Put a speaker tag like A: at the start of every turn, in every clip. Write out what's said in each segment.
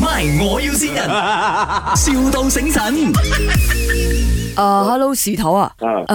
A: MY，我要先人，, 笑到醒神。
B: 誒、h e l l o 事頭啊，
C: Ờ,
B: 誒、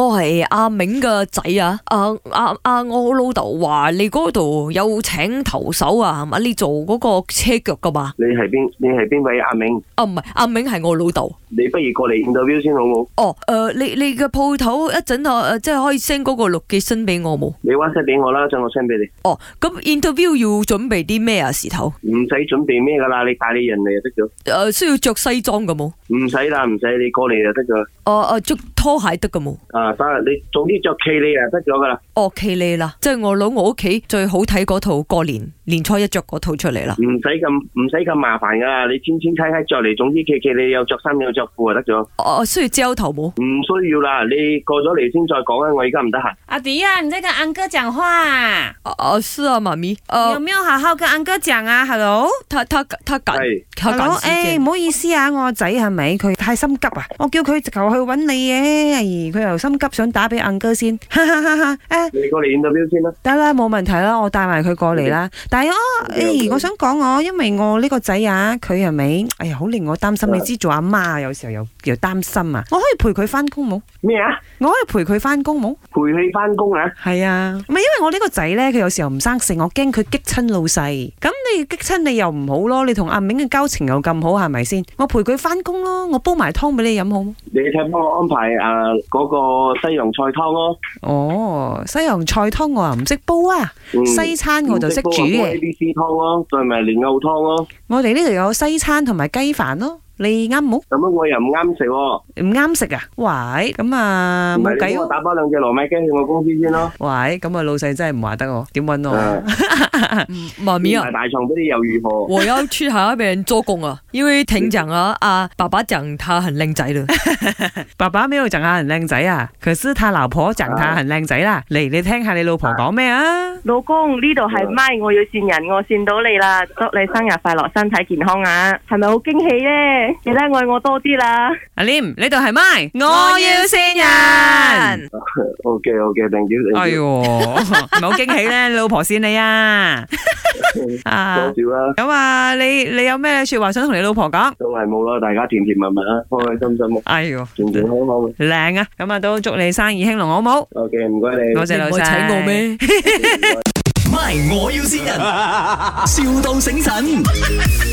B: 我係阿明嘅仔啊，誒阿阿我老豆話你嗰度有請投手啊，係嘛？你做嗰個車腳噶嘛？
C: 你係邊？你係邊位阿明？
B: 啊，唔係，阿明係我老豆。
C: 你不如過嚟 interview 先好冇？
B: 哦，誒、你你嘅鋪頭一陣啊，誒即係可以 send 嗰個 location 俾我冇？
C: 你 WhatsApp 俾我啦，將我 send 俾你。
B: 哦，咁 interview 要準備啲咩啊？事頭，
C: 唔使準備咩噶啦，你帶你人嚟就得咗。
B: 誒、需要着西裝嘅冇？
C: 唔使啦，唔使，你過嚟就得咗。
B: 哦、誒、着拖鞋得嘅冇？
C: 啊，得啦，你早啲着企你就得咗噶啦。
B: OK 你啦，即係我攞我屋企最好睇嗰套過年年初一着嗰套出嚟啦。
C: 唔使咁唔使咁麻煩噶啦，你千千睇睇着嚟，總之企企你有着衫有着褲就得咗。
B: 哦、需要膠頭冇？
C: 唔需要啦，你過咗嚟先再講啊，我而家唔得閒。
D: 阿迪呀、啊，你在跟安哥讲话啊、
B: 啊啊，是啊，妈咪，
D: 你
B: 呃
D: 有，没有好好跟安哥讲啊？Hello。
B: 他他他赶
C: 係
B: 他
D: Hello，
B: 赶时
D: 哎
B: 间
D: 唔，好意思啊，我仔係咪佢太心急啊？我叫佢直頭去揾你嘅，哎佢又心急想打俾安哥先， 哈哈哈哈！哎
C: 你過嚟 interview 先啦。
D: 得啦，冇問題啦，我帶埋佢過嚟啦。但係哦，
C: OK，OK
D: 哎，我想講我，因為我呢個仔啊，佢係咪，哎呀，好令我擔心。
C: 嗯
D: 你知做阿媽有時候又又擔心啊。我可以陪佢翻工冇？
C: 咩啊？
D: 我可以陪佢翻工冇？
C: 陪佢翻工啊？
D: 係啊，唔係因為我呢個仔呢，佢有時候唔生性，我驚佢激親老細。咁你激親你又唔好咯，你同阿明嘅交情又咁好，係咪先？我陪佢翻工咯，我煲埋湯俾你飲好冇？
C: 你睇幫我安排啊嗰、個西洋菜湯咯。
D: 哦，西洋菜湯我又唔識煲啊，
C: 嗯
D: 西餐我就識煮
C: 唔識煲啊煲
D: 嘅。
C: ABC 湯咯，再咪蓮藕湯咯。
D: 我哋呢度有西餐同埋雞飯咯，你啱冇？
C: 咁樣我又唔啱食喎，
D: 唔啱食啊？喂，咁啊
C: 唔
D: 冇
C: 係你
D: 計
C: 幫我
D: 喎。
C: 打包兩隻糯米雞去我公司先咯。
D: 喂，咁啊老細真係唔話得我，點揾我？
C: 誒
B: 妈咪啊
C: 買，大床俾你又如何？
B: 我要去海边做工啊，因为听讲啊，啊爸爸讲他很靓仔的，
D: 爸爸咩度贈下人靚仔啊？佢斯他老婆贈下人靚仔啦。嚟，你聽下你老婆講咩啊？
E: 老公，呢度係咪我要善人，我善到你啦，祝你生日快樂，身體健康啊！係咪好驚喜呢？記得愛我多啲啦。
D: 阿廉，呢度係咪？我要先
B: 哎
D: 人。
C: O K O K，定少
D: 哎呦，唔係好驚喜咧， 你老婆先你啊。啊，
C: 多少啦，
D: 咁啊，你你有咩说話想同你老婆講？
C: 都係冇啦，大家甜甜蜜蜜啊，開開心心啊，
D: 哎呦，
C: 健健康康。
D: 靚啊！咁啊，都祝你生意興隆，好冇？
C: O K，唔該你。
D: 多謝
B: 你
D: 老
B: 唔會
D: 細。
B: 请我咩？
A: MY，我要先人，,笑到醒神。